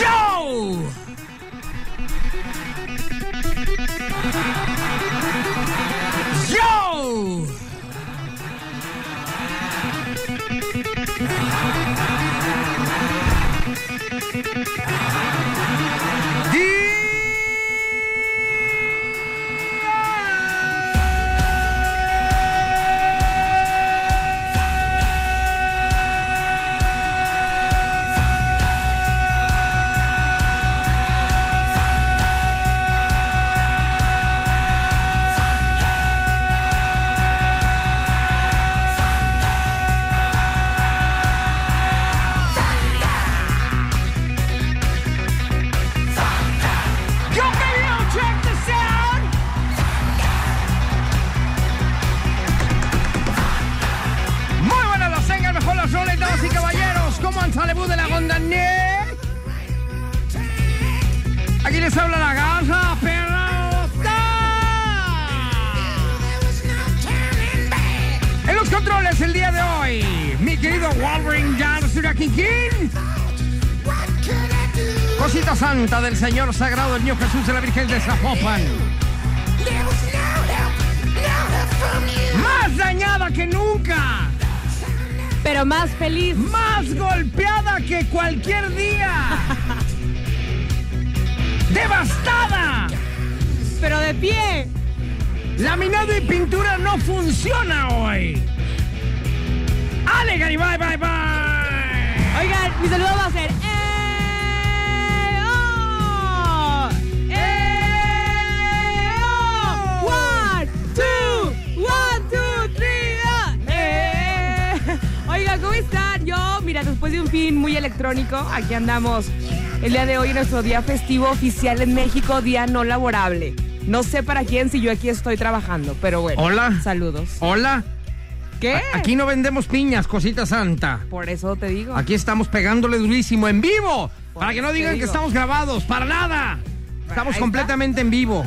¡Yo! ¡Yo! Yo, can you check this out? Muy buenas las tengan, mejor las roles, damas y caballeros. ¿Cómo han salido de la onda net? Aquí les habla la gasa, perra. En los controles el día de hoy, mi querido Wolverine Johnson aquí King. Cosita santa del Señor Sagrado, el Niño Jesús de la Virgen de Zapopan. Más dañada que nunca. pero más feliz. Más golpeada que cualquier día. Devastada. Pero de pie. Laminado y pintura no funciona hoy. Ale, Gary, bye, bye, bye. Oigan, mi saludo va a ser. ¡Eh! ¡Oh! ¡Eh! ¡Oh! One, two, one, two, three, oh. ¡Eh! Oigan, ¿cómo están? Yo, mira, después de un fin muy electrónico, aquí andamos. El día de hoy, nuestro día festivo oficial en México, día no laborable. No sé para quién si yo aquí estoy trabajando, pero bueno. Hola. Saludos. Hola. ¿Qué? A- Aquí no vendemos piñas, cosita santa. Por eso te digo. Aquí estamos pegándole durísimo en vivo. Por Para que no eso te digan que digo. estamos grabados, para nada. Ahí Estamos está. completamente en vivo.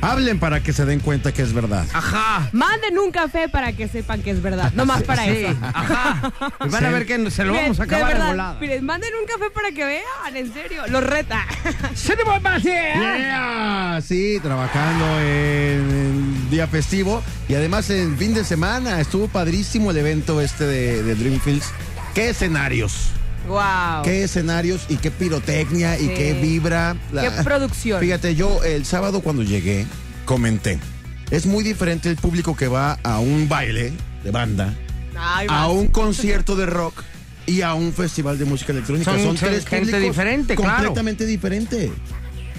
Hablen para que se den cuenta que es verdad. Ajá. Manden un café para que sepan que es verdad, no más para Sí, eso. ajá. Y van a ver que se lo Miren, vamos a de acabar de verdad, volada. miren, manden un café para que vean, en serio, los reta. ¡Se te va a pasear! Yeah, Sí, trabajando en el día festivo y además en fin de semana. Estuvo padrísimo el evento este de, de Dreamfields. ¿Qué escenarios? wow. ¿Qué escenarios y qué pirotecnia y Sí. qué vibra? Qué producción. Fíjate, yo el sábado cuando llegué comenté. Es muy diferente el público que va a un baile de banda Ay, a vas. un concierto de rock y a un festival de música electrónica. Son- Son, son tres gente públicos diferente, claro. completamente diferente.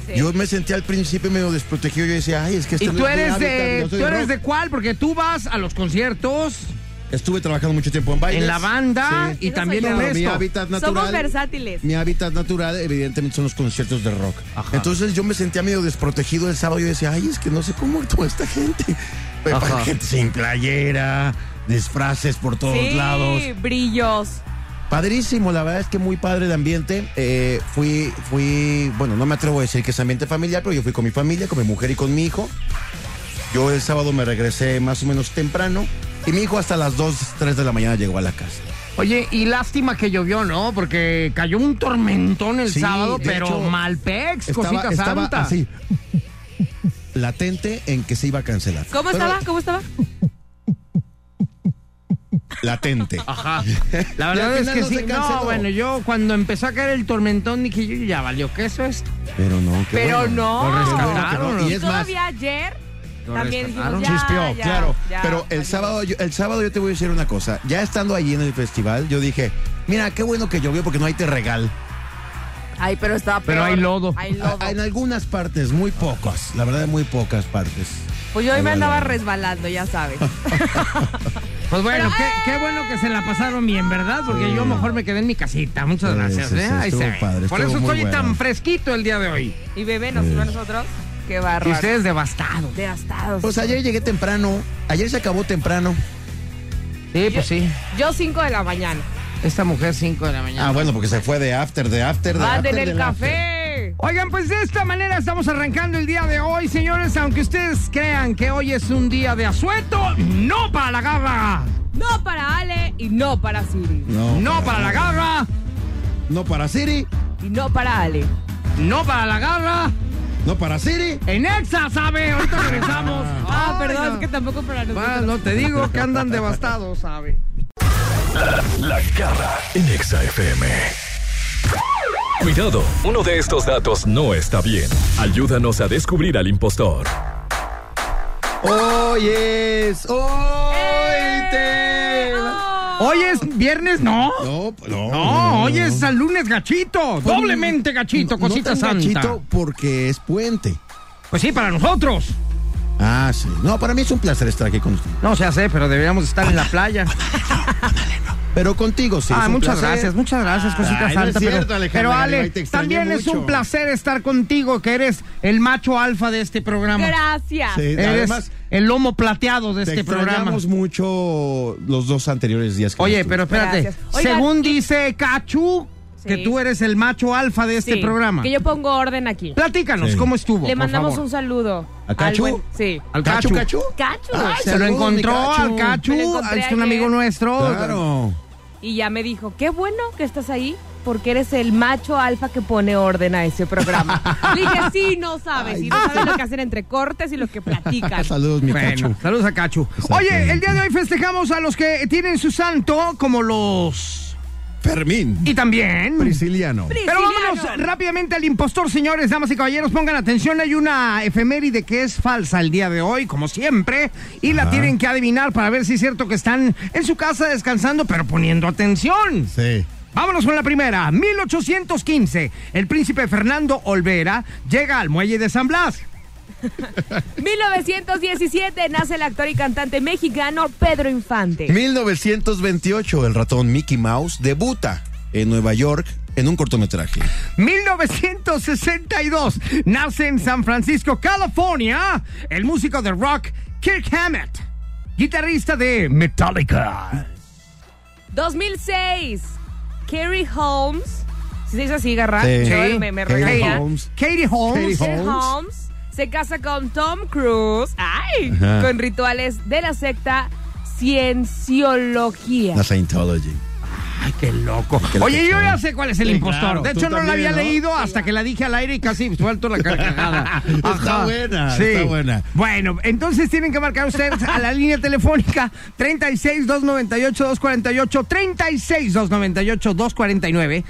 Sí. Yo me sentí al principio medio desprotegido. Yo decía, ay, es que este Y no tú es eres Habitat, de, yo soy tú eres rock". de cuál, porque tú vas a los conciertos, Estuve trabajando mucho tiempo en bailes. en la banda Sí. y Eso también soy en yo. Pero mi esto. hábitat natural. Somos versátiles. Mi hábitat natural, evidentemente, son los conciertos de rock. Ajá. Entonces yo me sentía medio desprotegido el sábado. Yo decía, ay, es que no sé cómo actúa esta gente. Pues, Ajá. Gente sin playera, disfraces por todos sí, lados. brillos. Padrísimo, la verdad es que muy padre el ambiente. Eh, fui, fui, bueno, no me atrevo a decir que es ambiente familiar, pero yo fui con mi familia, con mi mujer y con mi hijo. Yo el sábado me regresé más o menos temprano y mi hijo hasta las 2, 3 de la mañana llegó a la casa. Oye, y lástima que llovió, ¿no? Porque cayó un tormentón el Sí, sábado, de pero hecho, malpex, Estaba, cosita estaba santa. así, latente en que se iba a cancelar. ¿Cómo Pero estaba? ¿Cómo estaba? Latente. Ajá. La Y verdad al es final que no sí. se No, canceló. bueno, yo cuando empezó a caer el tormentón dije, yo ya valió que eso es. Pero no, qué Pero bueno. no. Lo Qué bueno que rescataron. no. Y es más, Todavía ayer Lo también dijimos, rescataron. ya, Chispeó, ya, claro. ya, pero el valió. sábado, yo, el sábado yo te voy a decir una cosa. Ya estando allí en el festival, yo dije, mira, qué bueno que llovió porque no hay terregal. Ay, pero estaba Pero peor. hay lodo. Hay lodo. A- en algunas partes, muy pocas. La verdad, muy pocas partes. Pues yo hoy me Ay, andaba ay, ay. resbalando, ya sabes. Pues bueno, qué, qué bueno que se la pasaron bien, ¿verdad? Porque Sí. yo mejor me quedé en mi casita. Muchas Sí, gracias. sí, ¿eh? sí, Ahí estuvo se ve. padre, Por estuvo eso muy estoy bueno. tan fresquito el día de hoy. Y bebé nos iba a nosotros. Qué Y bárbaro. ustedes devastados. Devastados. Pues ayer llegué temprano. Ayer se acabó temprano. Sí, pues sí. Yo 5 de la mañana. Esta mujer 5 de la mañana. Ah, bueno, porque se fue de after, de after, de after. Manden el del after. café. Oigan, pues de esta manera estamos arrancando el día de hoy, señores. Aunque ustedes crean que hoy es un día de asueto, no para la garra. No para Ale y no para Siri. No, No para la garra. No para Siri. Y no para Ale. No para la garra. No para Siri. En Exa, ¿sabe? Ahorita regresamos. Ah, Ay, perdón, no. es que tampoco para nosotros. Bueno, no te digo que andan devastados, ¿sabe? La garra en Exa FM. Cuidado, uno de estos datos no está bien. Ayúdanos a descubrir al impostor. Hoy es. Hoy te. Eh, ah. Hoy es viernes, ¿no? No, no. No, hoy es no. al lunes gachito. Doblemente gachito, No cosita tan santa. gachito porque es puente. Pues sí, para nosotros. Ah, sí. No, para mí es un placer estar aquí con usted. No, se sé, pero deberíamos estar en la playa. Pero contigo, sí. es ah, un muchas placer. gracias, muchas gracias, cosita Ay, no es santa. pero- cierto, pero, Alejandra Garibay, Ale, te extrañé también es mucho. un placer estar contigo, que eres el macho alfa de este programa. Gracias. Sí, Eres Eh, además, el lomo plateado de te este programa. extrañamos mucho los dos anteriores días que Oye, no pero espérate. Gracias. Oigan, Según y- dice Cachu, que Sí. tú eres el macho alfa de este Sí, programa. Que yo pongo orden aquí. Platícanos, Sí. ¿cómo estuvo? Le por mandamos favor? un saludo. ¿A Cachu? Al buen- sí. Al estuvo. Cachu. ¿Cachu, Cachu. Cachu? Ay, Se lo Saludos, mi encontró Cachu. al Cachu, Me lo encontré es un ayer. amigo nuestro. Claro. Y ya me dijo, qué bueno que estás ahí porque eres el macho alfa que pone orden a ese programa. Le dije, sí, no sabes. Y no sabes lo que hacen entre cortes y lo que platican. Saludos, mi Bueno, Cachu. saludos a Cachu. Oye, el día de hoy festejamos a los que tienen su santo, como los. Fermín. Y también. Prisciliano. Pero vámonos Prisciliano. rápidamente al impostor, señores, damas y caballeros. Pongan atención, hay una efeméride que es falsa el día de hoy, como siempre, y la tienen que adivinar para ver si es cierto que están en su casa descansando, pero poniendo atención. Sí. Vámonos con la primera. 1815. El príncipe Fernando Olvera llega al muelle de San Blas. 1917 nace el actor y cantante mexicano Pedro Infante. 1928, el ratón Mickey Mouse debuta en Nueva York en un cortometraje. 1962. Nace en San Francisco, California, el músico de rock Kirk Hammett, guitarrista de Metallica. 2006. Carrie Holmes. Si se dice así, garra. Sí. Yo Sí. me, me Katie regaña. Holmes. Katie Holmes. Katie Katie Holmes. Holmes se casa con Tom Cruise. ¡Ay! Ajá. Con rituales de la secta Cienciología. La Scientology. Ay, qué loco. Qué Oye, yo loco. ya sé cuál es el Sí, impostor. claro, de tú hecho, no la también, había ¿no? leído hasta que la dije al aire y casi suelto la carcajada. Está Ajá. buena, está buena. Bueno, entonces tienen que marcar ustedes a la línea telefónica 36 298 248 36 298 249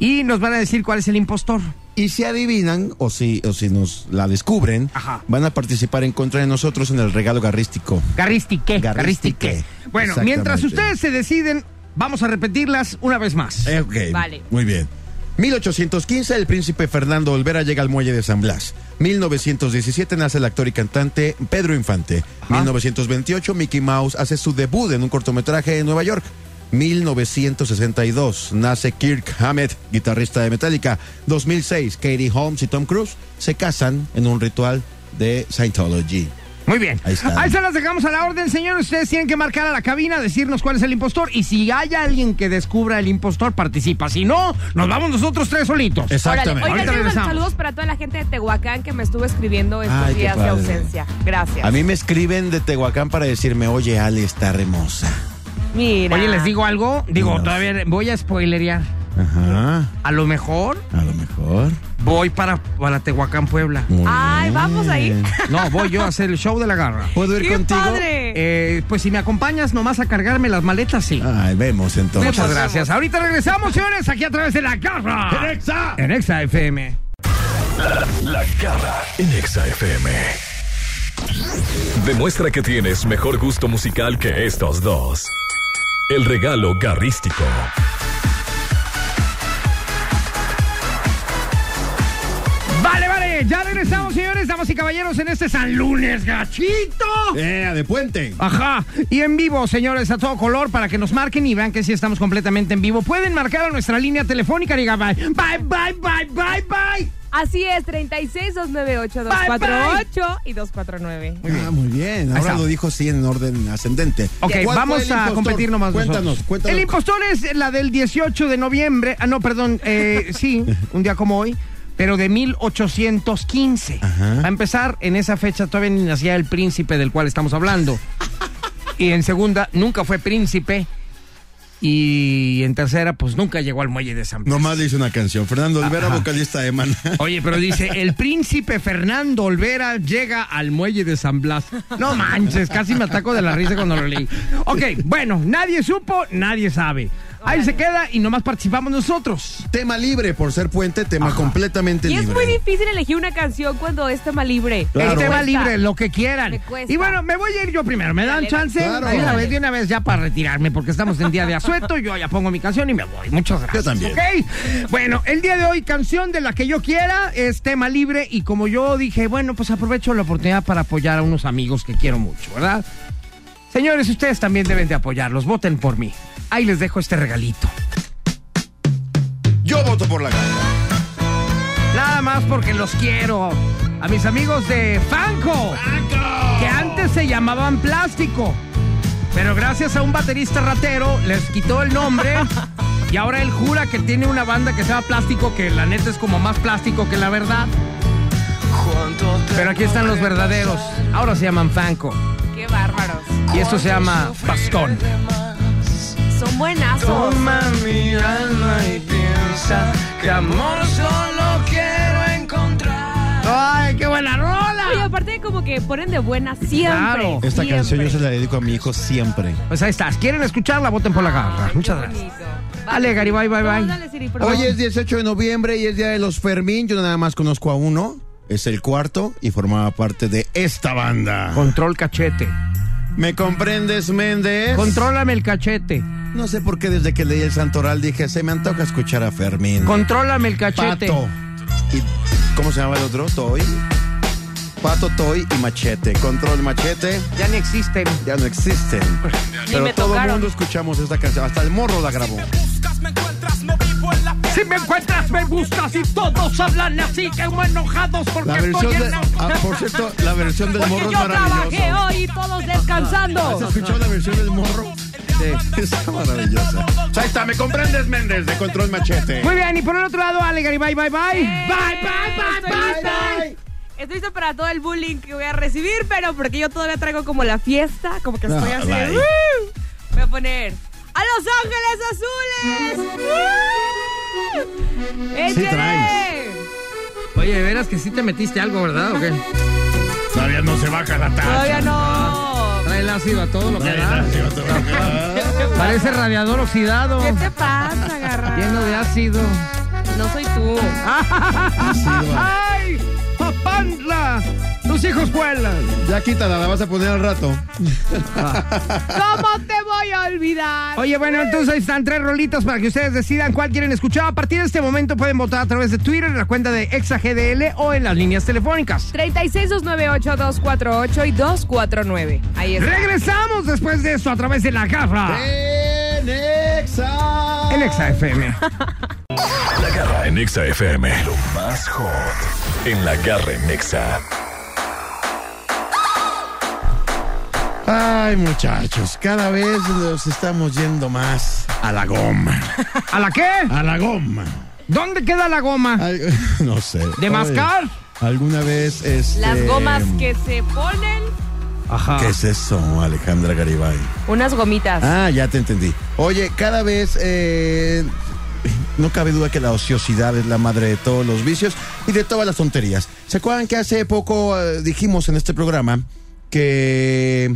y nos van a decir cuál es el impostor. Y si adivinan o si, o si nos la descubren, Ajá. van a participar en contra de nosotros en el regalo garrístico. Garristique. Garristique. Garristique. Bueno, mientras Exactamente. ustedes se deciden, vamos a repetirlas una vez más. Eh, ok. Vale. Muy bien. 1815, el príncipe Fernando Olvera llega al muelle de San Blas. 1917 nace el actor y cantante Pedro Infante. 1928, Mickey Mouse hace su debut en un cortometraje en Nueva York. 1962, nace Kirk Hammett, guitarrista de Metallica. 2006, Katie Holmes y Tom Cruise se casan en un ritual de Scientology. Muy bien. Ahí está. Ahí se las dejamos a la orden, señores. Ustedes tienen que marcar a la cabina, decirnos cuál es el impostor. Y si hay alguien que descubra el impostor, participa. Si no, nos vamos nosotros tres solitos. Órale. Oigan, Ahorita tengo unos regresamos. saludos para toda la gente de Tehuacán que me estuvo escribiendo estos Ay, qué días de padre. ausencia. Gracias. A mí me escriben de Tehuacán para decirme, oye, Ale está hermosa. Mira. Oye, les digo algo. Digo, No. todavía voy a spoilerear. Ajá, A lo mejor a lo mejor. voy para, para Tehuacán, Puebla. Muy Ay, bien. vamos ahí. No, voy yo a hacer el show de la garra. ¿Puedo ir ¡Qué contigo? padre! Eh, pues si me acompañas nomás a cargarme las maletas, sí. Ay, vemos entonces. Muchas gracias. Ahorita regresamos, señores, aquí a través de la garra. En Exa. En Exa FM. La garra en Exa FM. Demuestra que tienes mejor gusto musical que estos dos. El regalo garrístico. Oye, ya regresamos, señores, damas y caballeros, en este San Lunes, gachito. Eh, de puente. Ajá, y en vivo, señores, a todo color para que nos marquen y vean que sí estamos completamente en vivo. Pueden marcar a nuestra línea telefónica, diga bye, bye, bye, bye, bye, bye. Así es, 36 298 248 y 249. Ah, muy bien. Ahí Ahora está. lo dijo sí en orden ascendente. Ok, ¿Cuál fue vamos el a impostor? competir nomás Cuéntanos, nosotros. cuéntanos. El impostor es la del 18 de noviembre. Ah, no, perdón, eh, sí, un día como hoy, pero de 1815. A empezar, en esa fecha todavía ni nacía el príncipe del cual estamos hablando. Y en segunda, nunca fue príncipe. Y en tercera, pues nunca llegó al muelle de San Pedro. Nomás le hice una canción. Fernando Olvera, Ajá. vocalista de Maná. Oye, pero dice, el príncipe Fernando Olvera llega al muelle de San Blas. No manches, casi me ataco de la risa cuando lo leí. Ok, bueno, nadie supo, nadie sabe. Ahí se queda y nomás participamos nosotros. Tema libre por ser puente, tema completamente Y es libre. muy difícil elegir una canción cuando es tema libre. Claro. El tema Cuesta. Este libre, lo que quieran. Me cuesta. Y bueno, me voy a ir yo primero. ¿Me dan Dale, chance? Claro. De una Dale. vez, de una vez ya para retirarme, porque estamos en día de asueto. Yo ya pongo mi canción y me voy. Muchas gracias. también. ¿ok? Bueno, el día de hoy, canción de la que yo quiera, es tema libre. Y como yo dije, bueno, pues aprovecho la oportunidad para apoyar a unos amigos que quiero mucho, ¿verdad? Señores, ustedes también deben de apoyarlos. Voten por mí. Ahí les dejo este regalito. Yo voto por la gana. Nada más porque los quiero. A mis amigos de Fanco. Que antes se llamaban plástico. Pero gracias a un baterista ratero les quitó el nombre. y ahora él jura que tiene una banda que se llama Plástico, que la neta es como más plástico que la verdad. Pero aquí están los verdaderos. Ahora se llaman Fanco. Qué bárbaros. Y esto se llama Bastón. Son buenazos. mi alma y piensa que amor solo quiero encontrar. ¡Ay, qué buena rola! Y aparte como que ponen de buena siempre. Claro. Esta siempre. canción yo se la dedico a mi hijo siempre. Pues ahí estás. ¿Quieren escucharla? Voten por la garra. Ay, Muchas qué gracias. bonito. Dale, Gary, bye, bye, No, bye. dale, Siri, por Hoy favor. es 18 de noviembre y es día de los Fermín. Yo nada más conozco a uno. Es el cuarto y formaba parte de esta banda. Control cachete. ¿Me comprendes, Méndez? Contrólame el cachete. No sé por qué desde que leí el Santoral dije, se me antoja escuchar a Fermín. Contrólame el cachete. Pato. ¿Y cómo se llama el otro? Toy. Pato, Toy y Machete. Control Machete Ya ni existen. ya no existen. Pero me todo el tocaron. mundo escuchamos esta canción. Hasta el morro la grabó. Si me encuentras, me buscas y todos hablan así, que como enojados porque La versión estoy en de, la- ah, por cierto, la versión del morro es Yo trabajé maravillosa. hoy y todos ¿Has descansando. escuchado la versión del morro? Está maravillosa. Pues Ahí está, ¿me comprendes, Méndez? De Control Machete. Muy bien, y por el otro lado, Ale, Gary, bye, bye, bye. Bye, bye, Eh, estoy bye, lista. bye, bye. Estoy lista para todo el bullying que voy a recibir, pero porque yo todavía traigo como la fiesta, como que estoy Ah, así. bye. ¡uh! Voy a poner a Los Ángeles Azules. ¡Uh! ¡Échale! traes. Oye, de veras que sí te metiste algo, ¿verdad? ¿O qué? Todavía no se baja la Todavía no. Trae el ácido a todo lo que da. ¿Qué te Parece radiador oxidado. ¿Qué te pasa, garra? Lleno de ácido. No soy tú. ¡Ay! ¡Papantla! ¡Tus hijos vuelan! Ya quítala, la vas a poner al rato. ¿Cómo te voy a olvidar? Oye, bueno, entonces ahí están tres rolitas para que ustedes decidan cuál quieren escuchar. A partir de este momento pueden votar a través de Twitter, en la cuenta de ExaGDL o en las líneas telefónicas. 36298248 y 249. Ahí está. Regresamos después de esto a través de la garra En Exa. en Exa FM. La garra en Exa FM. Lo más hot en la garra en Exa. Ay, muchachos, cada vez nos estamos yendo más a la goma. ¿A la qué? A la goma. ¿Dónde queda la goma? Ay, no sé. ¿De Oye, mascar? ¿Alguna vez este, Las gomas que se ponen. Ajá. ¿Qué es eso, Alejandra Garibay? Unas gomitas. Ah, ya te entendí. Oye, cada vez eh, no cabe duda que la ociosidad es la madre de todos los vicios y de todas las tonterías. ¿Se acuerdan que hace poco eh, dijimos en este programa que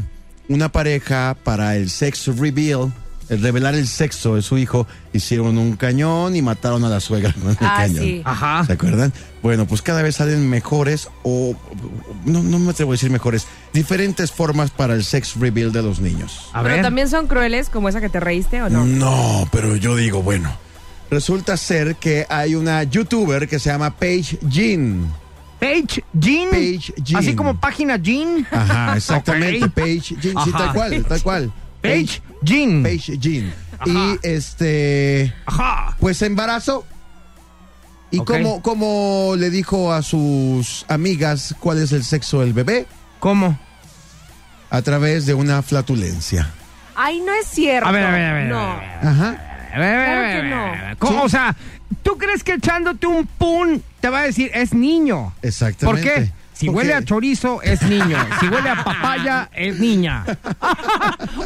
una pareja para el sex reveal, el revelar el sexo de su hijo, hicieron un cañón y mataron a la suegra con el Ah, cañón? sí. Ajá. ¿Se acuerdan? Bueno, pues cada vez salen mejores o no, no me atrevo a decir mejores, diferentes formas para el sex reveal de los niños. A Pero ver. Mm. también son crueles, como esa que te reíste o no. No, pero yo digo, bueno. Resulta ser que hay una youtuber que se llama Paige Jean. Page Jean. Page Jean. Ah. Así como página Jean. Ajá, exactamente. Ok. Page Jean. Sí, Ajá. tal cual, tal cual. Page Jean. Page Jean. Y este. Ajá. Pues se embarazó. ¿Y Ok. cómo, cómo le dijo a sus amigas cuál es el sexo del bebé? ¿Cómo? A través de una flatulencia. Ay, no es cierto. A ver, a ver, a ver, No. a ver, Ah. Ajá. A ver, a ver, a ver, Claro que a ver, no. a ver. ¿Cómo? O sea, ¿tú crees que echándote un pun te va a decir es niño? ¿Por Exactamente. qué? Si Porque- huele a chorizo, es niño. Si huele a papaya, es niña.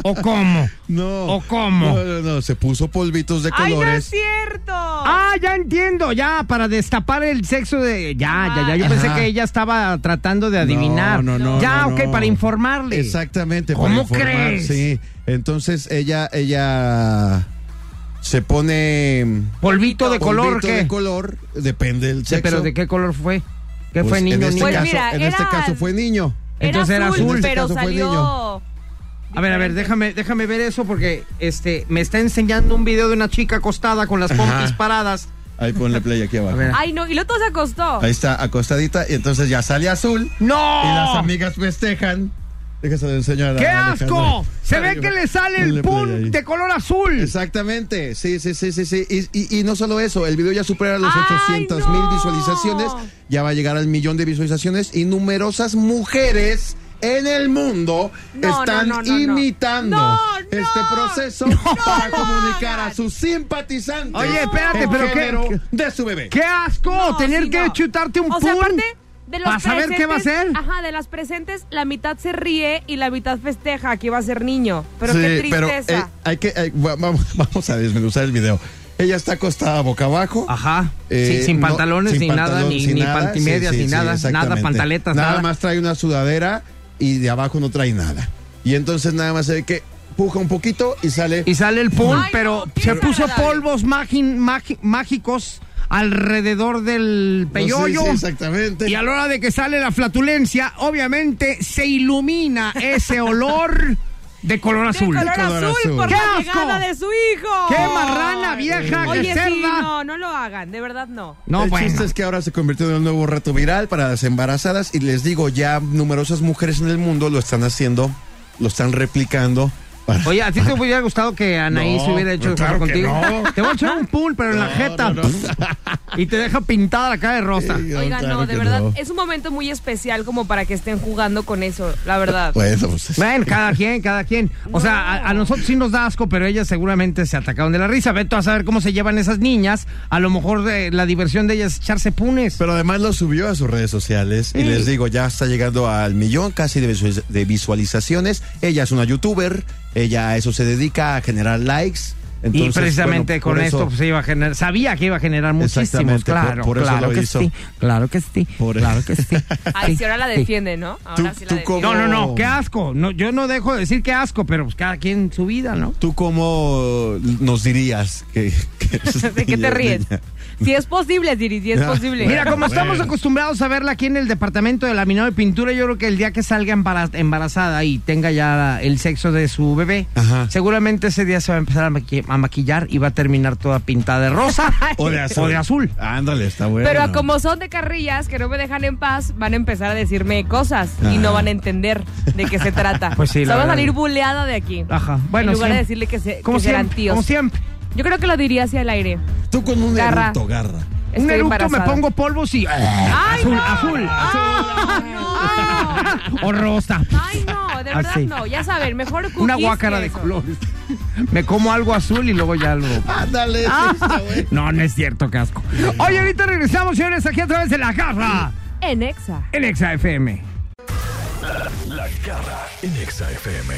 ¿O cómo? No. ¿O cómo? No, no, no, Se puso polvitos de Ay, no es colores. cierto. Ah, ya entiendo, ya, para destapar el sexo de... Ya, ya, ya, yo pensé Ajá. que ella estaba tratando de adivinar. No, no, no, Ya, no, ok, no. para informarle. Exactamente. ¿Cómo informar, crees? Sí. Entonces ella, ella se pone. Polvito de color, polvito de ¿qué? color, depende del Sí, sexo. pero ¿de qué color fue? ¿Qué Pues, fue en niño, este niña? caso, mira, en este era- caso fue niño. entonces era azul, en este pero caso fue salió. niño. A ver, a ver, déjame, déjame ver eso porque este me está enseñando un video de una chica acostada con las pompis paradas. Ahí ponle play aquí abajo. A ver. Ay, no, y lo todo se acostó. Ahí está acostadita y entonces ya sale azul ¡No! y las amigas festejan. Déjase de enseñar. a ¡Qué Alejandra. asco! Se ve que le sale el Ponle play ahí. pun de color azul. Exactamente, sí, sí, sí, sí, sí. Y, y- y no solo eso, el video ya supera los ¡Ay, 800 mil no! visualizaciones, ya va a llegar al millón de visualizaciones y numerosas mujeres en el mundo No, no, están no, no, no. imitando No, no. este proceso para comunicar a sus simpatizantes Oye, espérate, el pero qué- género de su bebé. ¡Qué asco! No, Tener sí, que no. chutarte un O sea, pun aparte de los para saber qué va a hacer. presentes- Ajá, de las presentes, la mitad se ríe y la mitad festeja que iba a ser niño. Pero qué Sí, pero, tristeza. eh, hay que, hay- va- vamos, vamos a desmenuzar el video. Ella está acostada boca abajo. Ajá. Eh, Sí, sin no, pantalones, sin ni nada, pantalón, ni, sin ni nada. pantimedias, Sí, sí, ni sí, nada, nada, exactamente. pantaletas, nada. nada. más trae una sudadera y de abajo no trae nada. Y entonces nada más se ve que puja un poquito y sale. Y sale el pun, Ay, no, pero qué se puso desagradable. polvos magi- magi- mágicos alrededor del No sé, peyoyo. sí, exactamente. Y a la hora de que sale la flatulencia, obviamente se ilumina ese olor de color de azul. color, color azul, azul. por ¡Qué la asco! llegada de su hijo. ¡Qué marrana vieja, Oye, qué cerda! sí, no, no lo hagan, de verdad no. No, el bueno. chiste es que ahora se convirtió en el nuevo reto viral para las embarazadas y les digo, ya numerosas mujeres en el mundo lo están haciendo, lo están replicando. para- Oye, ¿a ti te hubiera gustado que Anaí No, se hubiera hecho no, claro claro que contigo? no. Te voy a echar un pull, pero en la No, jeta. no, no. Y te deja pintada la cara de rosa. Sí, Oigan, claro no, de que verdad, no. es un momento muy especial como para que estén jugando con eso, la verdad. Bueno, pues, Bueno, cada quien, cada quien. O sea, a, a nosotros sí nos da asco, pero ellas seguramente se atacaron de la risa. Vete a saber cómo se llevan esas niñas. A lo mejor eh, la diversión de ellas es echarse punes. Pero además lo subió a sus redes sociales y Sí. les digo, ya está llegando al millón casi de, visualiz- de visualizaciones. Ella es una youtuber, ella a eso se dedica a generar likes. Entonces, y precisamente bueno, por con eso- esto pues, se iba a generar, sabía que iba a generar muchísimos, Exactamente, por- claro, por eso claro lo que hizo. sí, claro que sí, Por- claro que sí. Ay, sí, si ahora la sí. defiende, ¿no? Ahora pues, Tú- sí la tú defiende. cómo- No, no, no, qué asco. No, yo no dejo de decir qué asco, pero pues cada quien su vida, ¿no? ¿Tú cómo nos dirías que... que es ¿De qué niño te o ríes? niña? Si es posible, Siri, si es posible. Mira, como Ah, Bueno. estamos acostumbrados a verla aquí en el departamento de laminado y pintura, yo creo que el día que salga embara- embarazada y tenga ya el sexo de su bebé, Ajá. seguramente ese día se va a empezar a, maqui- a maquillar y va a terminar toda pintada de rosa O de azul. O de azul. Ándale, está bueno. Pero a como son de carrillas que no me dejan en paz, van a empezar a decirme cosas y Ah. no van a entender de qué se trata. Pues sí, la O sea, van a verdad. salir buleada de aquí. Ajá. Bueno, en lugar siempre. de decirle que, se, Como que serán siempre, tíos. como siempre. Yo creo que lo diría hacia el aire. Tú con un Garra. eructo, garra. Estoy un eructo me embarazada. pongo polvos y ¡Ay, azul, no! azul. ¡Ah, no! o rosa. Ay, no, de verdad Así. no. Ya saben, mejor cookies Ah, Una que guácara de eso. colores. Me como algo azul y luego ya algo. Ándale, Ah. está bueno. No, no es cierto, casco. Oye, ahorita regresamos, señores, aquí a través de la garra En Exa. en Exa FM. La garra en Exa FM.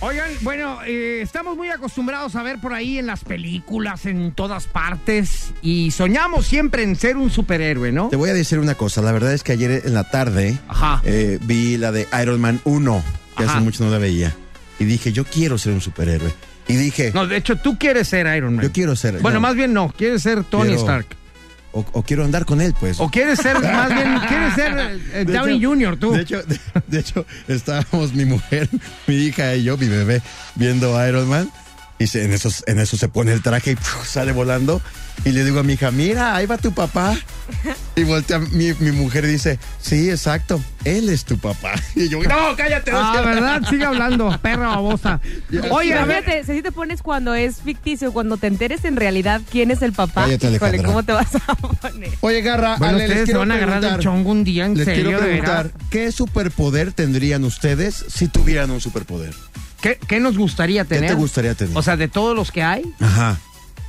Oigan, bueno, eh, estamos muy acostumbrados a ver por ahí en las películas, en todas partes, y soñamos siempre en ser un superhéroe, ¿no? Te voy a decir una cosa, la verdad es que ayer en la tarde Ajá. eh, vi la de Iron Man 1, que Ajá. hace mucho no la veía, y dije, yo quiero ser un superhéroe. Y dije, No, de hecho, tú quieres ser Iron Man. yo quiero ser... Bueno, no, más bien no, quieres ser Tony Quiero- Stark. O, o quiero andar con él, pues. O quieres ser, más bien, quieres ser eh, eh, De Downey hecho- Jr., tú. De hecho, de, de hecho, estábamos mi mujer, mi hija y yo, mi bebé, viendo Iron Man. Y se- en, eso, en eso se pone el traje y ¡puf! sale volando. Y le digo a mi hija, mira, ahí va tu papá. Y voltea mi, mi mujer y dice, sí, exacto, él es tu papá. Y yo, no, cállate. no Ah, seas-". ¿verdad? Sigue hablando, perra babosa. Oye, a ver, Imagínate, si así te pones cuando es ficticio, cuando te enteres en realidad quién es el papá, Cállate, híjole, Alejandra. ¿cómo te vas a poner? Oye, Garra, bueno, Ale, les ustedes se quiero van a agarrar del preguntar- chongo un día, en Les serio, quiero de preguntar, veras. ¿qué superpoder tendrían ustedes si tuvieran un superpoder? ¿Qué, qué nos gustaría ¿Qué tener? te gustaría tener? O sea, de todos los que hay, Ajá.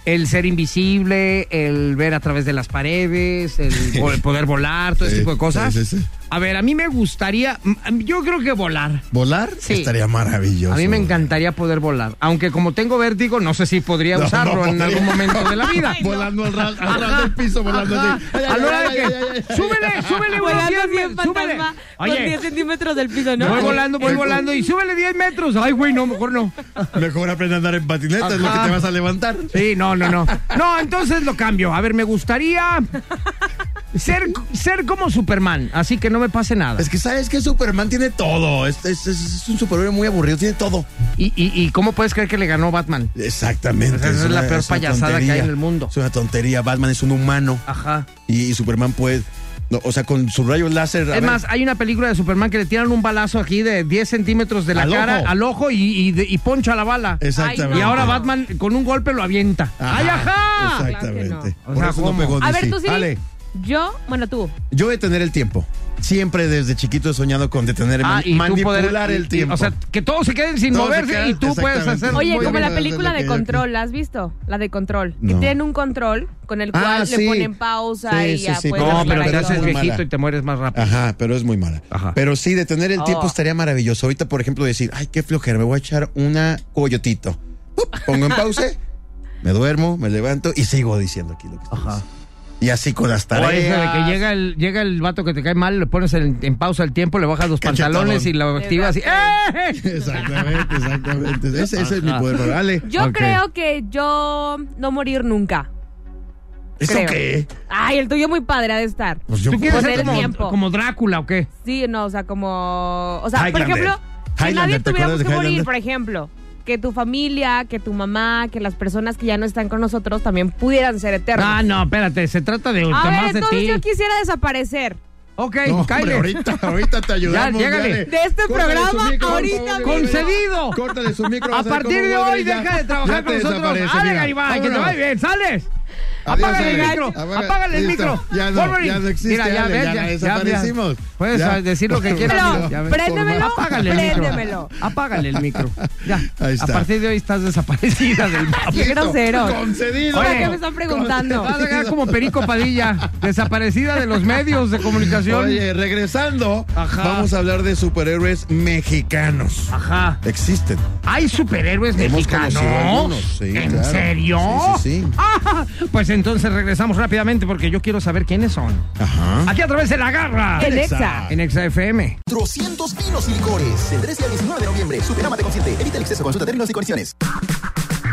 el ser invisible, el ver a través de las paredes, el vo- poder volar, todo ese Sí, tipo de cosas. sí, sí, sí. A ver, a mí me gustaría, mm, yo creo que volar. ¿Volar? Sí. Estaría maravilloso. A mí me encantaría poder volar, aunque como tengo vértigo, no sé si podría No, no usarlo en podría. algún momento de la vida. Volando al ras, al ras Ajá. del piso, volando así. Ay, ay, A la hora ay, de que- ay, ay, ay, ay. súbele, Eh, súbele, güey, Volando diez así en met- súbele. fantasma, con Oye, 10 centímetros del piso, ¿no? voy volando, voy volando y súbele 10 metros. Ay, güey, no, mejor no. Mejor aprende a andar en patineta, es lo que Ajá. te vas a levantar. Sí, no, no, no. No, entonces lo cambio. A ver, me gustaría ser, ser como Superman, así que no me pase nada. Es que sabes que Superman tiene todo. Es, es- es- es un superhéroe muy aburrido, tiene todo. ¿Y, y, y cómo puedes creer que le ganó Batman? Exactamente. Esa es la peor payasada que hay tontería. en el mundo. Es una tontería. Batman es un humano Ajá. y, y Superman puede. no, o sea, con su rayo láser. a Es ver, más, hay una película de Superman que le tiran un balazo aquí de 10 centímetros de la Al cara ojo. al ojo y, y, de- y poncha la bala. Exactamente. Ay, Y no. ahora Batman con un golpe lo avienta. Ajá, ¡Ay, ajá! Exactamente. Claro que no. O Por sea, eso ¿cómo? no pegó A DC. ver, tú sí. Ale, Yo, bueno, tú. yo voy a tener el tiempo. Siempre desde chiquito he soñado con detener, Ah, man- manipular el y- tiempo. O sea, que todos se queden sin Todos se moverse quedan- y tú puedes exactamente. hacer. Muy Oye, como bien, la desde película que de yo- control, ¿la has visto? La de control. Que No. tienen un control con el cual Ah, le sí. ponen pausa Sí, y sí, ya sí, puedes No, hacer pero ahí te haces todo. mala. viejito y te mueres más rápido. Ajá, pero es muy mala. Ajá. Pero sí, detener el tiempo Oh. estaría maravilloso. Ahorita, por ejemplo, decir, ay, qué flojera, me voy a echar una coyotito. Pup, Pongo en pause, me duermo, me levanto y sigo diciendo aquí lo que estoy Ajá. diciendo. Y así con las O eso de tareas. que llega el, llega el vato que te cae mal, le pones en, en pausa el tiempo, le bajas los Cachetadón. pantalones y lo activas y ¡eh! Exactamente, exactamente. Ese, ese es mi Ajá. poder. pero, Ale, Yo Ok. creo que yo no morir nunca. ¿eso creo. qué? Ay, el tuyo muy padre ha de estar. Pues yo ¿Tú quieres Poner ser el tiempo. como, como Drácula o qué? Sí, no, o sea, como. O sea, Highlander. por ejemplo, si Highlander, nadie ¿te tuviéramos acuerdas que de morir, Highlander? por ejemplo, que tu familia, que tu mamá, que las personas que ya no están con nosotros también pudieran ser Ah, eternas. no, espérate, se trata de A más ver, de entonces ti. yo quisiera desaparecer. Ok, No, hombre, cállate. ahorita, ahorita te ayudamos. llégale. Ale. De este Córtale su programa, micro, por ahorita favor, mismo. Concedido. Córtale su micro. A vas ver partir cómo de va hoy brillar. deja de Ya trabajar te con nosotros. desaparece, Ale, mira. Garibay, que te Vámonos. vaya bien. ¡Sales! Adiós, Apágale el Ale. micro, Apaga- apágale el Listo, micro. Ya no, Wolverine. ya no existe. Mira, ya Ale, ves, ya, ya- ya- desaparecimos. ya. Puedes Ya. ah, decir lo que quieras, Pero, Ya ves. préndemelo, Apágale el préndemelo. micro. Apágale el micro. Ya. Ahí está. A partir de hoy estás desaparecida del mapa. Qué Listo, grosero. Concedido. Ahora Oye, que me están preguntando. Vas a quedar como Perico Padilla, desaparecida de los medios de comunicación. Oye, regresando, Ajá. vamos a hablar de superhéroes mexicanos. Ajá. Existen. ¿Hay superhéroes Hemos mexicanos? conocido algunos, sí, ¿En claro. serio? Sí, sí, sí. Ah, pues entonces regresamos rápidamente porque yo quiero saber quiénes son. Ajá. Aquí a través de la garra. En Exa. En Exa FM. 400 vinos y licores. Del 13 al 19 de noviembre. Superamate consciente. Evita el exceso. Consulta términos y condiciones.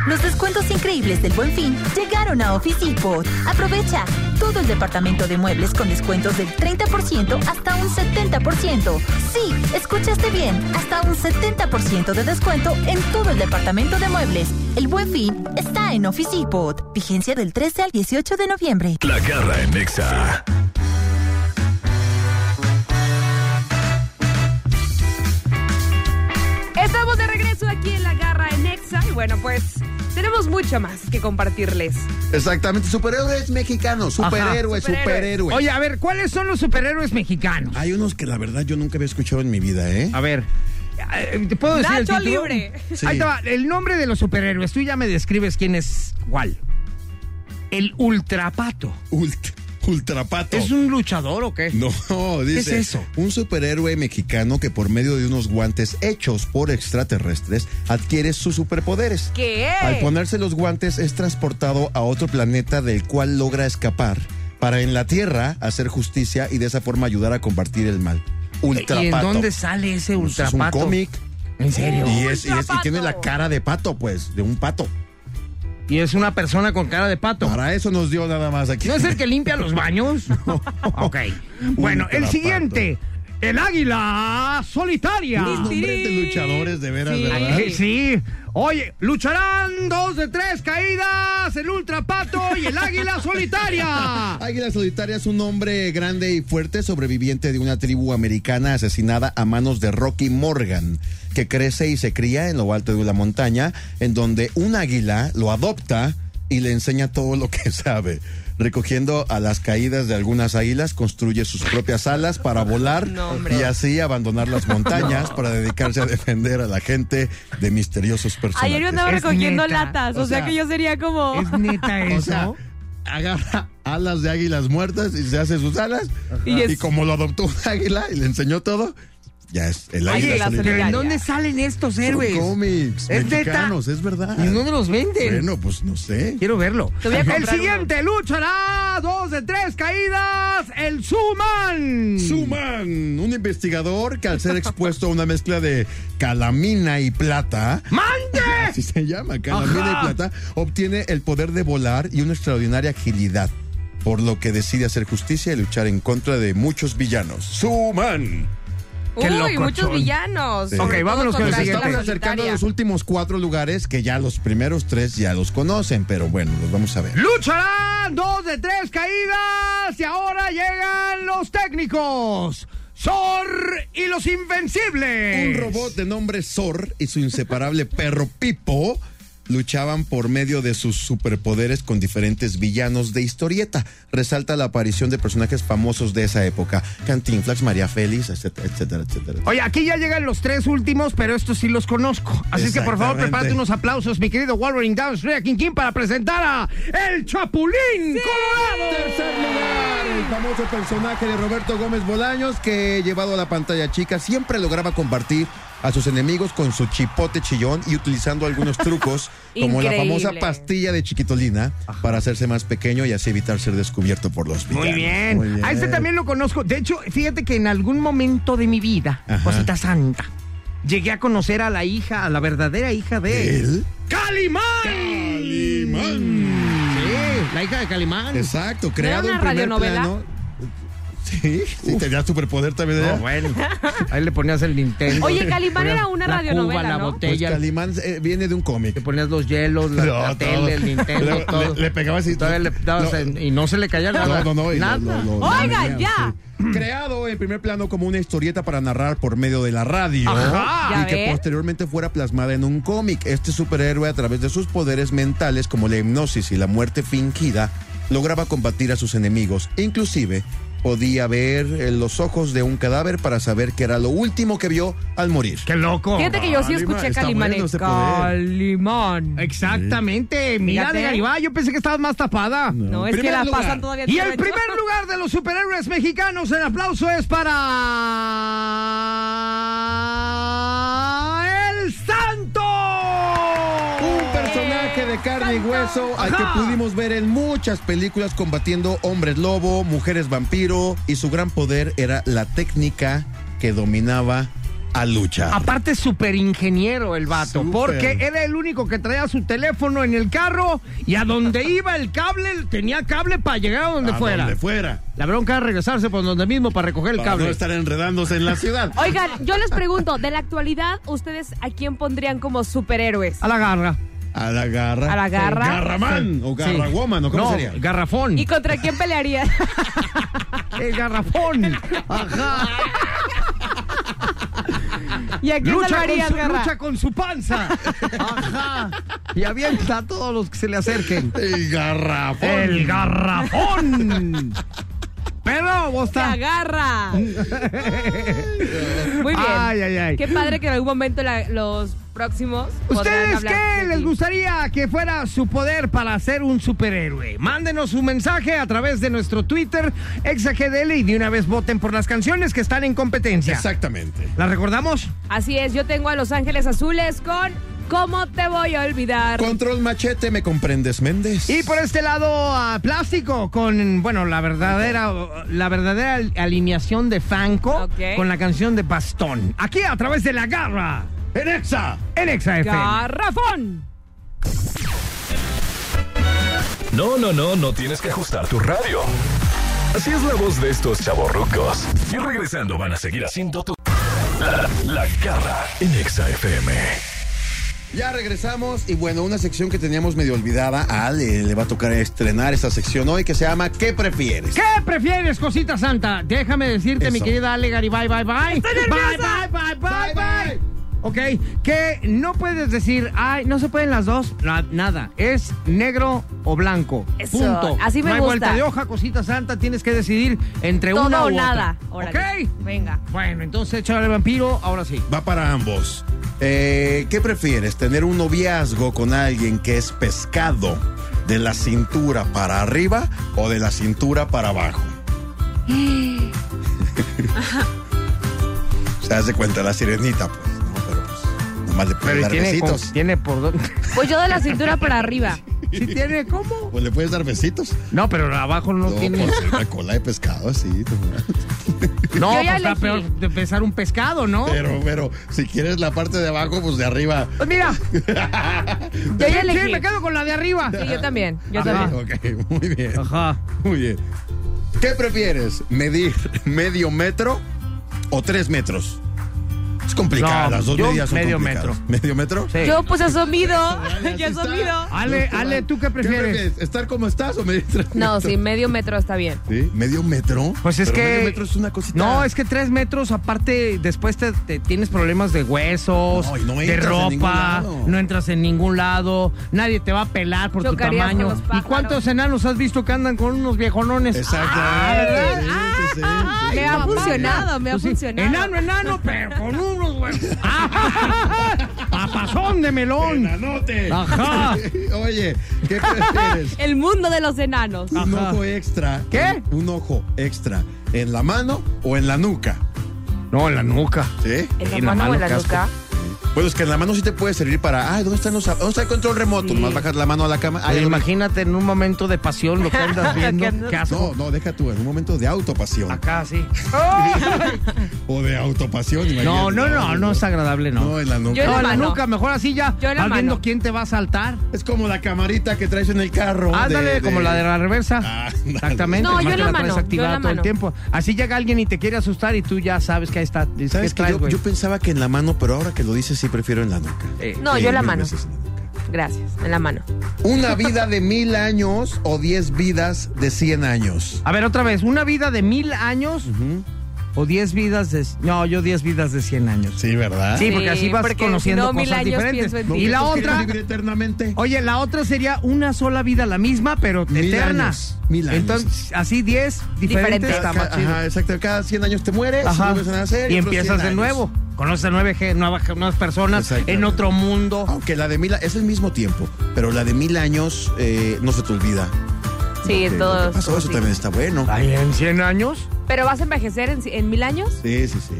Los descuentos increíbles del Buen Fin llegaron a Office Depot. Aprovecha todo el departamento de muebles con descuentos del 30% hasta un 70%. Sí, escuchaste bien, hasta un 70% de descuento en todo el departamento de muebles. El Buen Fin está en Office Depot. Vigencia del 13 al 18 de noviembre. La garra en Nexa. Estamos de regreso aquí en La Garra en Exa y bueno, pues tenemos mucho más que compartirles. Exactamente. Superhéroes mexicanos. Ajá. Superhéroes, superhéroes. Oye, a ver, ¿cuáles son los superhéroes mexicanos? Hay unos que la verdad yo nunca había escuchado en mi vida, ¿eh? A ver. eh, ¿Te puedo decir el Nacho título? libre. Sí. Ahí te va, el nombre de los superhéroes. Tú ya me describes quién es cuál. El ultrapato. Ult- ultrapato. ¿Es un luchador o qué? No, dice. es eso? Un superhéroe mexicano que por medio de unos guantes hechos por extraterrestres adquiere sus superpoderes. ¿Qué? Al ponerse los guantes es transportado a otro planeta del cual logra escapar para en la Tierra hacer justicia y de esa forma ayudar a combatir el mal. Ultrapato. ¿Y en dónde sale ese Pues Es ultrapato? un cómic. ¿En serio? Y, es- y es- y Ultrapato. tiene la cara de pato, pues, de un pato. Y es una persona con cara de pato. Para eso nos dio nada más aquí. ¿No es el que limpia los baños? ok. Bueno, el Ultrapato. siguiente. El águila solitaria. Mis Nombres de luchadores, de veras, Sí. ¿verdad? Eh, Sí. Oye, lucharán dos de tres caídas, el ultrapato y el águila solitaria. Águila Solitaria es un hombre grande y fuerte, sobreviviente de una tribu americana asesinada a manos de Rocky Morgan, que crece y se cría en lo alto de una montaña, en donde un águila lo adopta y le enseña todo lo que sabe. Recogiendo a las caídas de algunas águilas, construye sus propias alas para volar No, hombre. y así abandonar las montañas para dedicarse a defender a la gente de misteriosos personajes. Ayer yo andaba Es recogiendo neta, latas, o o sea, sea, que yo sería como. Es neta eso. O sea, agarra alas de águilas muertas y se hace sus alas. Y Y, es- como lo adoptó un águila y le enseñó todo, ya es el Oye, águila la Pero solitaria. solidaria. ¿en dónde salen estos héroes? Son cómics ¿Es neta? mexicanos, es verdad. Y no me los venden. Bueno, pues no sé. Quiero verlo. Te voy a comprar el siguiente luchará dos de tres caídas, el Suman. Suman, un investigador que al ser expuesto a una mezcla de calamina y plata, ¡Mande! así se llama, calamina Ajá. y plata, obtiene el poder de volar y una extraordinaria agilidad, por lo que decide hacer justicia y luchar en contra de muchos villanos. Suman. Qué Uy, locochón. muchos villanos. Sí. sobre Ok, todo vámonos con el contra Nos la siguiente. estamos solitaria. acercando a los últimos cuatro lugares que ya los primeros tres ya los conocen, pero bueno, los vamos a ver. Lucharán dos de tres caídas y ahora llegan los técnicos. Sor y los invencibles. Un robot de nombre Sor y su inseparable perro Pipo luchaban por medio de sus superpoderes con diferentes villanos de historieta. Resalta la aparición de personajes famosos de esa época. Cantinflax, María Félix, etcétera, etcétera, etcétera. Oye, aquí ya llegan los tres últimos, pero estos sí los conozco. Así es que por favor, Exactamente. prepárate unos aplausos, mi querido Wolverine Down, Shreya King King, para presentar a El Chapulín Colorado. Tercer lugar, el famoso personaje de Roberto Gómez Bolaños que llevado a la pantalla chica siempre lograba compartir a sus enemigos con su chipote chillón y utilizando algunos trucos como la Increíble. famosa pastilla de chiquitolina para hacerse más pequeño y así evitar ser descubierto por los villanos. Muy bien. Muy bien. A este también lo conozco. De hecho, fíjate que en algún momento de mi vida, cosita santa, llegué a conocer a la hija, a la verdadera hija de ¿Él? ¡Calimán! Calimán. Sí, la hija de Calimán. Exacto, creado una en primer radionovela? plano. Sí, sí, tenía superpoder también. ¿eh? No, ella. bueno. Ahí le ponías el Nintendo. Oye, Calimán Le era ponías una la radionovela, cuba, la ¿no? Pues botella, Calimán eh, viene de un cómic. le ponías los hielos, la, la No, todo. tele, el Nintendo, Le- todo. le- le pegaba así. Todavía le dabas No. en- y no se le caía nada. No, no, no. y lo- Nada. lo- lo- lo- Oiga, lo- ya. sí. Creado en primer plano como una historieta para narrar por medio de la radio. Ya Y que ves. posteriormente fuera plasmada en un cómic. Este superhéroe, a través de sus poderes mentales como la hipnosis y la muerte fingida, lograba combatir a sus enemigos. Inclusive, podía ver eh, los ojos de un cadáver para saber que era lo último que vio al morir. ¡Qué loco! Fíjate que yo sí Calimán, escuché está Calimán. bueno eh. ese poder. Calimán. Exactamente. Mira, Fíjate. de Garibay, yo pensé que estabas más tapada. No, es que Primer la lugar. pasan todavía. Y el todo primer hecho. lugar de los superhéroes mexicanos, el aplauso es para el Santo. Un personaje de carne y hueso al que Ajá. pudimos ver en muchas películas combatiendo hombres lobo, mujeres vampiro y su gran poder era la técnica que dominaba a lucha. Aparte, súper ingeniero el vato, Súper. porque era el único que traía su teléfono en el carro y a donde iba el cable, tenía cable para llegar a donde A fuera. Donde fuera. La bronca es regresarse por donde mismo para recoger el Para no cable. estar enredándose en la ciudad. Oigan, yo les pregunto, de la actualidad, ¿ustedes a quién pondrían como superhéroes? A la garra. A la garra. A la garra. Garraman o Sí. garrawoman o cómo no, sería. garrafón. ¿Y contra quién pelearían? El garrafón. Ajá. ¿Y a quién Lucha con, salvarías, su, Garra? lucha con su panza. Ajá. Y avienta a todos los que se le acerquen. El garrafón. El garrafón. Pero, vos Te está. agarra. Muy bien. Ay, ay, ay. Qué padre que en algún momento la- los próximos. podrán ¿Ustedes hablar qué de les ti. gustaría que fuera su poder para ser un superhéroe? Mándenos su mensaje a través de nuestro Twitter, exagdl, y de una vez voten por las canciones que están en competencia. Exactamente. ¿Las recordamos? Así es, yo tengo a Los Ángeles Azules con ¿Cómo te voy a olvidar? Control machete, ¿me comprendes, Méndez? Y por este lado a plástico con bueno la verdadera la verdadera al- alineación de Fanco Ok. con la canción de Bastón. Aquí a través de la garra ¡En Exa! en Exa FM. Garrafón. No, no, no, no tienes que ajustar tu radio. Así es la voz de estos chavorrucos. Y regresando van a seguir haciendo tu... La, la garra en Exa FM. Ya regresamos y bueno, una sección que teníamos medio olvidada, a Ale le va a tocar estrenar esta sección hoy que se llama ¿Qué prefieres? ¿Qué prefieres, cosita santa? Déjame decirte, mi Eso. querida Ale Garibay, bye, bye. bye, bye, bye, bye, bye. Ok, que no puedes decir, ay, no se pueden las dos, na- nada. Es negro o blanco. Eso, Punto. así me no hay gusta. vuelta de hoja, cosita santa, tienes que decidir entre Todo una o u otra. nada. Órale. Ok. Venga. Bueno, entonces échale al vampiro, ahora sí. Va para ambos. Eh, ¿Qué prefieres? ¿Tener un noviazgo con alguien que es pescado de la cintura para arriba o de la cintura para abajo? se hace cuenta la sirenita, pues, ¿no? Pero pues, nomás le puedes Pero dar tiene, besitos. con- tiene por dónde. Pues yo de la cintura para arriba. ¿Sí tiene cómo? Pues le puedes dar besitos. No, pero abajo no, No, pues, tiene. por ser una cola de pescado así. No, Yo pues está ya elegí. peor de pesar un pescado, ¿no? Pero, pero, si quieres la parte de abajo, pues de arriba. Ah, Pues mira, Yo ya sí, elegí. me quedo Ah, con la de arriba. Sí, yo también. Yo Ajá. también. Ok, muy bien. Ajá. Muy bien. ¿Qué prefieres? ¿Medir medio metro o tres metros? Es complicado, No, las dos yo medidas son medio complicadas. ¿Medio metro? Sí. Yo pues eso mido. así Yo eso está. mido. Ale, Ale, ¿tú qué prefieres? ¿Estar como estás o medir tres No, metros? sí, medio metro está bien. ¿Sí? ¿Medio metro? Pues es Pero que- Medio metro es una cosita. No, es que tres metros, aparte, después te, te tienes problemas de huesos, No, y no de entras en ningún ropa, lado. no entras en ningún lado, nadie te va a pelar por Chocarías tu con tamaño. los ¿Y pájaros. cuántos enanos has visto que andan con unos viejonones? Exacto. Ah, ¿verdad? Sí, sí, sí, sí. Ah, Me ha funcionado, me ha Tú Pues sí, funcionado. Enano, enano, pero con unos huesos. Ah, Papazón de melón. ¡Enanote! Ajá. Oye, ¿qué prefieres? El mundo de los enanos. ¿Un Ajá. ojo extra? ¿Qué? ¿Un ojo extra en la mano o en la nuca? No, en la nuca. ¿Sí? ¿En Sí, la la mano o mano en la casco. nuca? Bueno, es que en la mano sí te puede servir para. Ay, ¿dónde, están los, ¿dónde está el control remoto? Sí. Nomás bajas la mano a la cama. Ay, Oye, ahorita- imagínate en un momento de pasión lo que andas Que viendo. andas- Qué asco. No, no, deja tú, en un momento de autopasión. Acá sí. O de autopasión, imagínate. No, no, no, no es agradable, no. eh. No, en la nuca. Yo en No, la en la mano. nuca, mejor así ya. Yo en la vas viendo mano. quién te va a saltar. Es como la camarita que traes en el carro. Ándale, como la de la reversa. Ah, ándale. Exactamente. No, nomás yo que en la traes mano, yo en activada la todo el mano. tiempo. Así llega alguien y te quiere asustar y tú ya sabes que ahí está. Dices, ¿Sabes ¿qué que traes, yo, güey? yo pensaba que en la mano, pero ahora que lo dices, sí prefiero en la nuca. Eh, No, Sí, yo en la mil mano. veces en la nuca. Gracias, en la mano. Una vida de mil años o diez vidas de cien años. A ver, otra vez. ¿Una vida de mil años o diez vidas de... No, yo diez vidas de cien años. Sí, ¿verdad? Sí, porque Sí, así vas porque conociendo si no, mil cosas años diferentes. pienso en ti. Y la ¿Piensas que otra... eres libre eternamente? Oye, la otra sería una sola vida, la misma, pero Mil eterna. años, mil años. Entonces, así 10 diferentes. Diferentes. este Está más Ca- chido. Ajá, exacto. Cada 100 años te mueres, Ajá. vuelves a nacer Y otros 100 empiezas de años. nueves, Conoces a nueve gen- nuevas, nuevas personas Exactamente. Oh, en otro mundo. Aunque la de mil es el mismo tiempo, pero la de mil años eh, no se te olvida. Sí, Lo en que- todo. lo que pasó, eso sí. también está bueno. Ay, en 100 años. Pero vas a envejecer en, en mil años. Sí, sí, sí.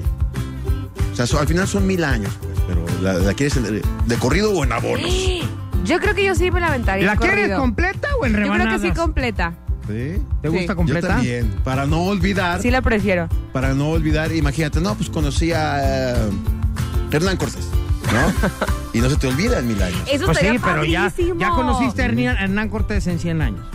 O sea, so- al final son mil años, pues, pero la, la quieres en- de corrido o en abonos. Sí. Yo creo que yo sí me la aventaría. ¿La corrido. quieres completa o en Yo creo rebanadas? que sí completa. ¿Te Sí. gusta Yo completa? también. Para no olvidar, Sí la prefiero. Pues para no olvidar, imagínate, no, pues conocí a eh, Hernán Cortés, ¿no? y no se te olvida en mil años. Eso Pues sí, estaría pero ya, padrísimo. ya conociste a Hernán, Hernán Cortés en 100 años.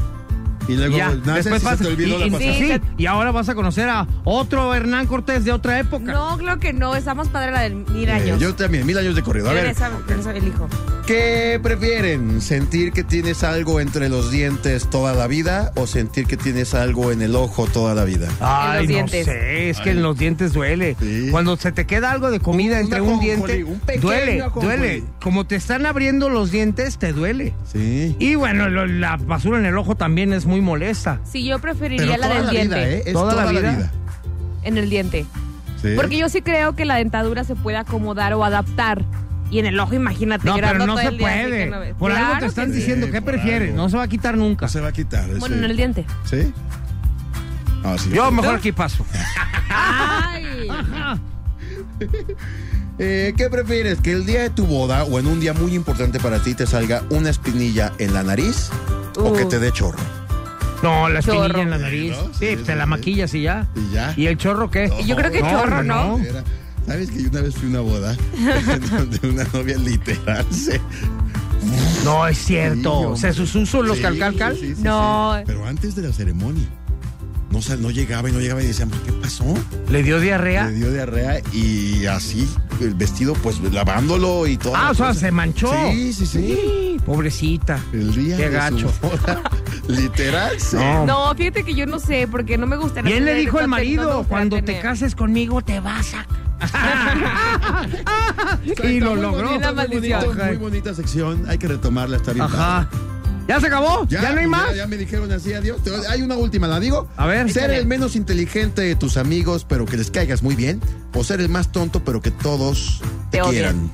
Y luego pues, Ya, naces y se vas- te olvidó y- la y- pasada. Eh, sí. sí, y ahora vas a conocer a otro Hernán Cortés de otra época. No, creo que no. Estamos padre la del mil Eh, años. yo también, mil años de corrido. A Yo en ver, esa- en esa elijo. ¿Qué prefieren? ¿Sentir que tienes algo entre los dientes toda la vida o sentir que tienes algo en el ojo toda la vida? Ay, En los no dientes. sé, es que en los dientes duele. Sí. Cuando se te queda algo de comida Un- entre una un ajonjolí, diente, un pequeño duele, ajonjolí. duele. Como te están abriendo los dientes, te duele. Sí. Y bueno, lo- la basura en el ojo también es muy molesta. Sí, yo Pero preferiría toda la del la diente. vida, ¿eh? Es Toda la toda, la vida. vida. En el diente. Sí. Porque yo sí creo que la dentadura se puede acomodar o adaptar. Y en el ojo, imagínate, No, pero llorando no todo se el día, así que puede. no ves. Por algo Claro te están que sí. diciendo, ¿eh? sí, ¿qué por prefieres? algo. No se va a quitar nunca. No se va a quitar. Bueno, sí. en el diente. ¿Sí? Ah, sí. Yo mejor aquí paso. ¡Ay! Eh, ¿Qué prefieres? ¿Que el día de tu boda o en un día muy importante para ti te salga una espinilla en la nariz o Uh. que te dé chorro? No, la espinilla Chorro. en la nariz. ¿No? Sí, Sí, te sí, la sí. maquillas y ya. Y ya. ¿Y el chorro qué? Yo creo que No, chorro, no, ¿no? Era- ¿Sabes que yo una vez fui a una boda donde una novia literal se... No, es cierto. Sí, ¿Se hombre. sususo los Sí, calcalcal? sí, sí, sí. No. Pero antes de la ceremonia. no, sal- no llegaba y no llegaba y decíamos, ¿qué pasó? ¿Le dio diarrea? Le dio diarrea y así, el vestido, pues lavándolo y todo. Ah, o sea, se manchó. Sí, sí, sí. Pobrecita. El día Qué de su gacho. boda, Literal, sí. No, fíjate que yo no sé, porque no me gustaría. Bien le tener dijo el contacto, no me marido, gustaría cuando te tener. cases conmigo te vas a... y lo Muy logró. La bonita, muy maldición. bonita, Muy bonita sección, hay que retomarla, está bien. padre. Ajá. ¿Ya se acabó? ¿Ya, no hay pues más? Ya, ya me dijeron así, adiós. Te- Hay una última, ¿la digo? A ver. Ser el menos inteligente de tus amigos, pero que les caigas muy bien. O ser el más tonto, pero que todos te, Te odien. ¿Ah? quieran.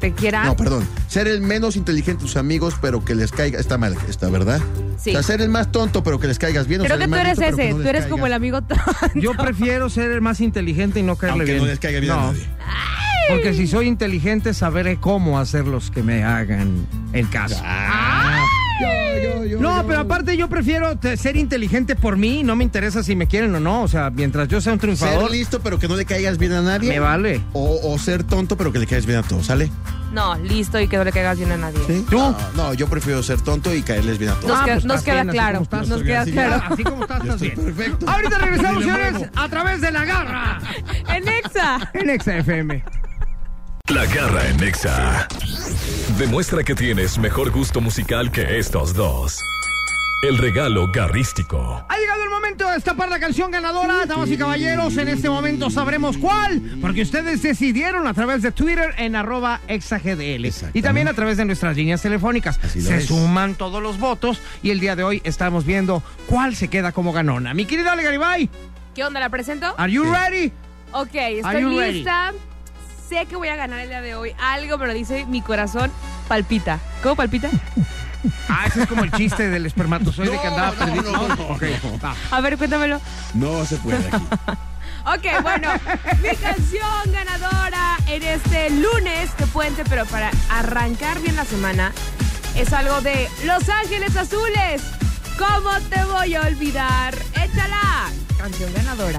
Te quiera. pues, No, perdón. Ser el menos inteligente de tus amigos, pero que les caiga. Está mal, está, ¿verdad? Sí. O sea, ser el más tonto, pero que les caigas bien. o Creo ser que tú el más eres listo, pero que ese. no les tú eres caigas. como el amigo tonto. Yo prefiero ser el más inteligente y no caerle Aunque bien. no les caiga bien a nadie. Porque si soy inteligente, sabré cómo hacer los que me hagan el caso. Ah. Yo, yo, yo, No, yo. pero aparte yo prefiero te- ser inteligente por mí, no me interesa si me quieren o no, o sea, mientras yo sea un Ser triunfador, listo, pero que no le caigas bien a nadie. me vale. O, o ser tonto, pero que le caigas bien a todos, ¿sale? No, listo y que no le caigas bien a nadie. ¿Tú? No, no, yo prefiero ser tonto y caerles bien a todos. Nos, Ah, que- pues, nos estás queda bien, así claro. como estás, Nos estoy queda bien, así, claro. Así como estás, Yo estás estoy bien. perfecto. Ahorita regresamos, Ni le señores, muevo. a través de la garra En Exa. en Exa FM. La garra en Nexa. Demuestra que tienes mejor gusto musical que estos dos. El regalo garrístico. Ha llegado el momento de destapar la canción ganadora, damas y caballeros. En este momento sabremos cuál, porque ustedes decidieron a través de Twitter en arroba exagdl y también a través de nuestras líneas telefónicas. lo Se es. suman todos los votos y el día de hoy estamos viendo cuál se queda como ganona. Mi querida Ale Garibay, ¿Qué onda? ¿La presento? ¿are you ready? Ok, Are estoy you ready? lista. Sé que voy a ganar el día de hoy. Algo me lo dice mi corazón. Palpita. ¿Cómo palpita? Ah, ese es como el chiste del espermatozoide que andaba perdido. Ok, va. A ver, cuéntamelo. No se puede aquí. Ok, bueno, mi canción ganadora en este lunes de puente, pero para arrancar bien la semana, es algo de Los Ángeles Azules. ¿Cómo te voy a olvidar? Échala. Canción ganadora.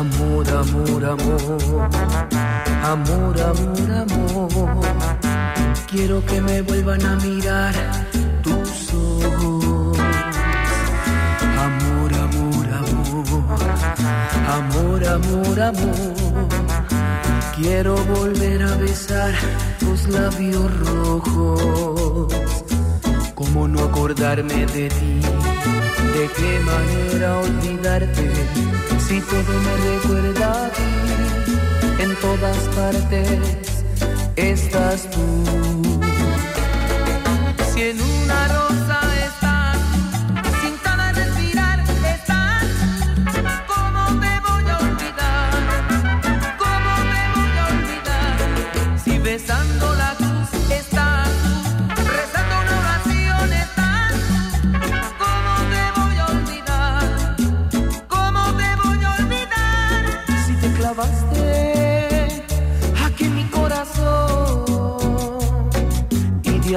Amor, amor, amor, amor, amor, amor. Quiero que me vuelvan a mirar tus ojos. Amor, amor, amor, amor, amor, amor. Quiero volver a besar tus labios rojos. ¿Cómo no acordarme de ti? ¿De qué manera olvidarte? Si todo me recuerda a ti, en todas partes estás tú. Si en una rosa estás, sin cada respirar estás, ¿cómo te voy a olvidar? ¿Cómo te voy a olvidar? Si besando la cruz estás, rezando una oración estás, ¿cómo te voy a olvidar? ¿Cómo te voy a olvidar? Si te clavaste aquí en mi corazón y de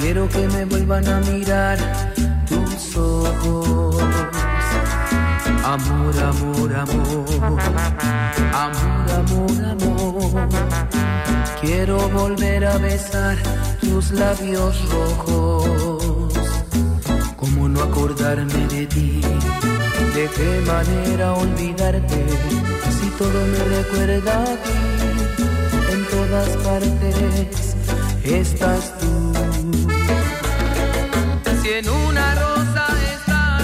Quiero que me vuelvan a mirar tus ojos. Amor, amor, amor. Amor, amor, amor. Quiero volver a besar tus labios rojos. ¿Cómo no acordarme de ti? ¿De qué manera olvidarte? Si todo me recuerda a ti, en todas partes estás tú. Si en una rosa estás,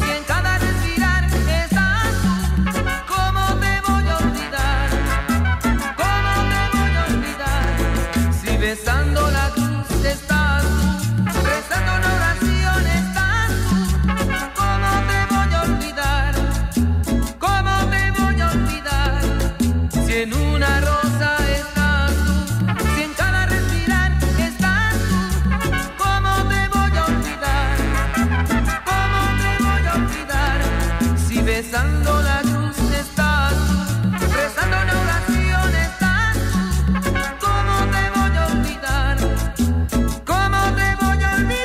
si en cada respirar estás tú, ¿cómo te voy a olvidar? ¿Cómo te voy a olvidar? Si besando la cruz estás tú, rezando una oración estás tú, ¿cómo te voy a olvidar? ¿Cómo te voy a olvidar? Si en una rosa estás tú, si en cada respirar estás tú, ¿cómo te voy a olvidar? ¿Cómo te voy a olvidar? Si besando la cruz estás tú, rezando una oración estás tú, ¿cómo te voy a olvidar? ¿Cómo te voy a olvidar?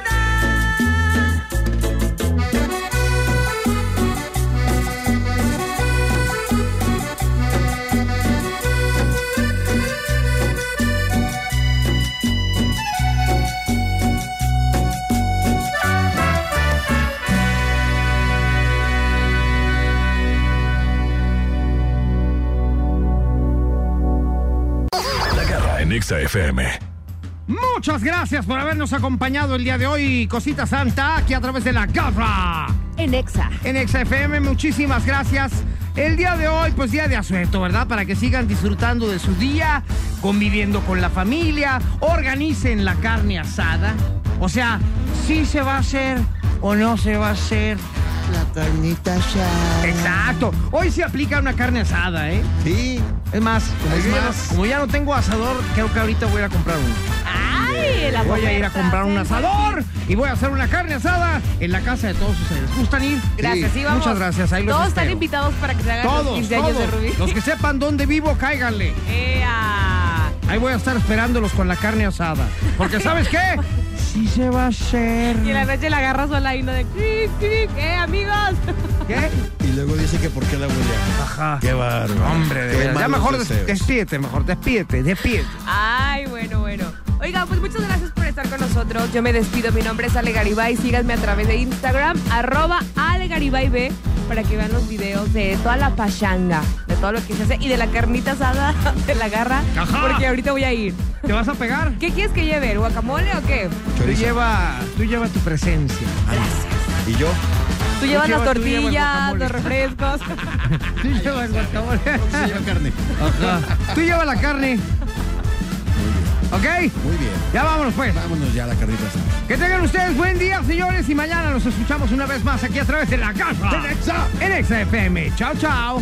La garra en Exa FM. Muchas gracias por habernos acompañado el día de hoy, Cosita Santa, aquí a través de la garra En Exa. en XFM. Muchísimas gracias. El día de hoy, pues día de asueto, ¿verdad? Para que sigan disfrutando de su día, conviviendo con la familia, organicen la carne asada. O sea, si se va a hacer o no se va a hacer. La carnita ya. Exacto. Hoy se aplica una carne asada, ¿eh? Sí. Es más, como, Es yo ya no- más. como ya no tengo asador, creo que ahorita voy a ir a comprar uno. ¡Ay! La Voy a ir a oferta comprar un del asador y voy a hacer una carne asada en la casa de todos ustedes. ¿Gustan ir? Gracias, sí, vamos. Muchas gracias, ahí los Todos espero. están invitados para que se hagan los Todos, 15 años de Rubí. todos. Los que sepan dónde vivo, cáiganle. ¡Ea! Ahí voy a estar esperándolos con la carne asada. Porque ¿sabes qué? Sí se va a hacer. Y en la noche la agarra sola y no de clic, clic, eh, amigos. ¿Qué? Y luego dice que por qué la voy a. Ajá. Qué bárbaro. Hombre, de Qué veras. Ya malos mejor des- deseos. despídete, mejor despídete, despídete. Ay, bueno, bueno. Oiga, pues muchas gracias por estar con nosotros. Yo me despido. Mi nombre es Ale Garibay. Síganme a través de Instagram, arroba Ale Garibay B, para que vean los videos de toda la pachanga, de todo lo que se hace y de la carnita asada de la garra, Ajá. porque ahorita voy a ir. ¿Te vas a pegar? ¿Qué quieres que lleve? ¿El ¿Guacamole o qué? Tú lleva, tú lleva tu presencia. ¿Y yo? Tú llevas llevo- las tú llevo el tortillas, guacamole. los refrescos. Tú llevas guacamole. Sí, yo carne. Ajá. Tú lleva la carne. ¿Ok? Muy bien. Ya vámonos pues. Vámonos ya a la carnita asada. Que tengan ustedes buen día, señores, y mañana nos escuchamos una vez más aquí a través de la casa. En Exa. En Exa FM. Chao, chao.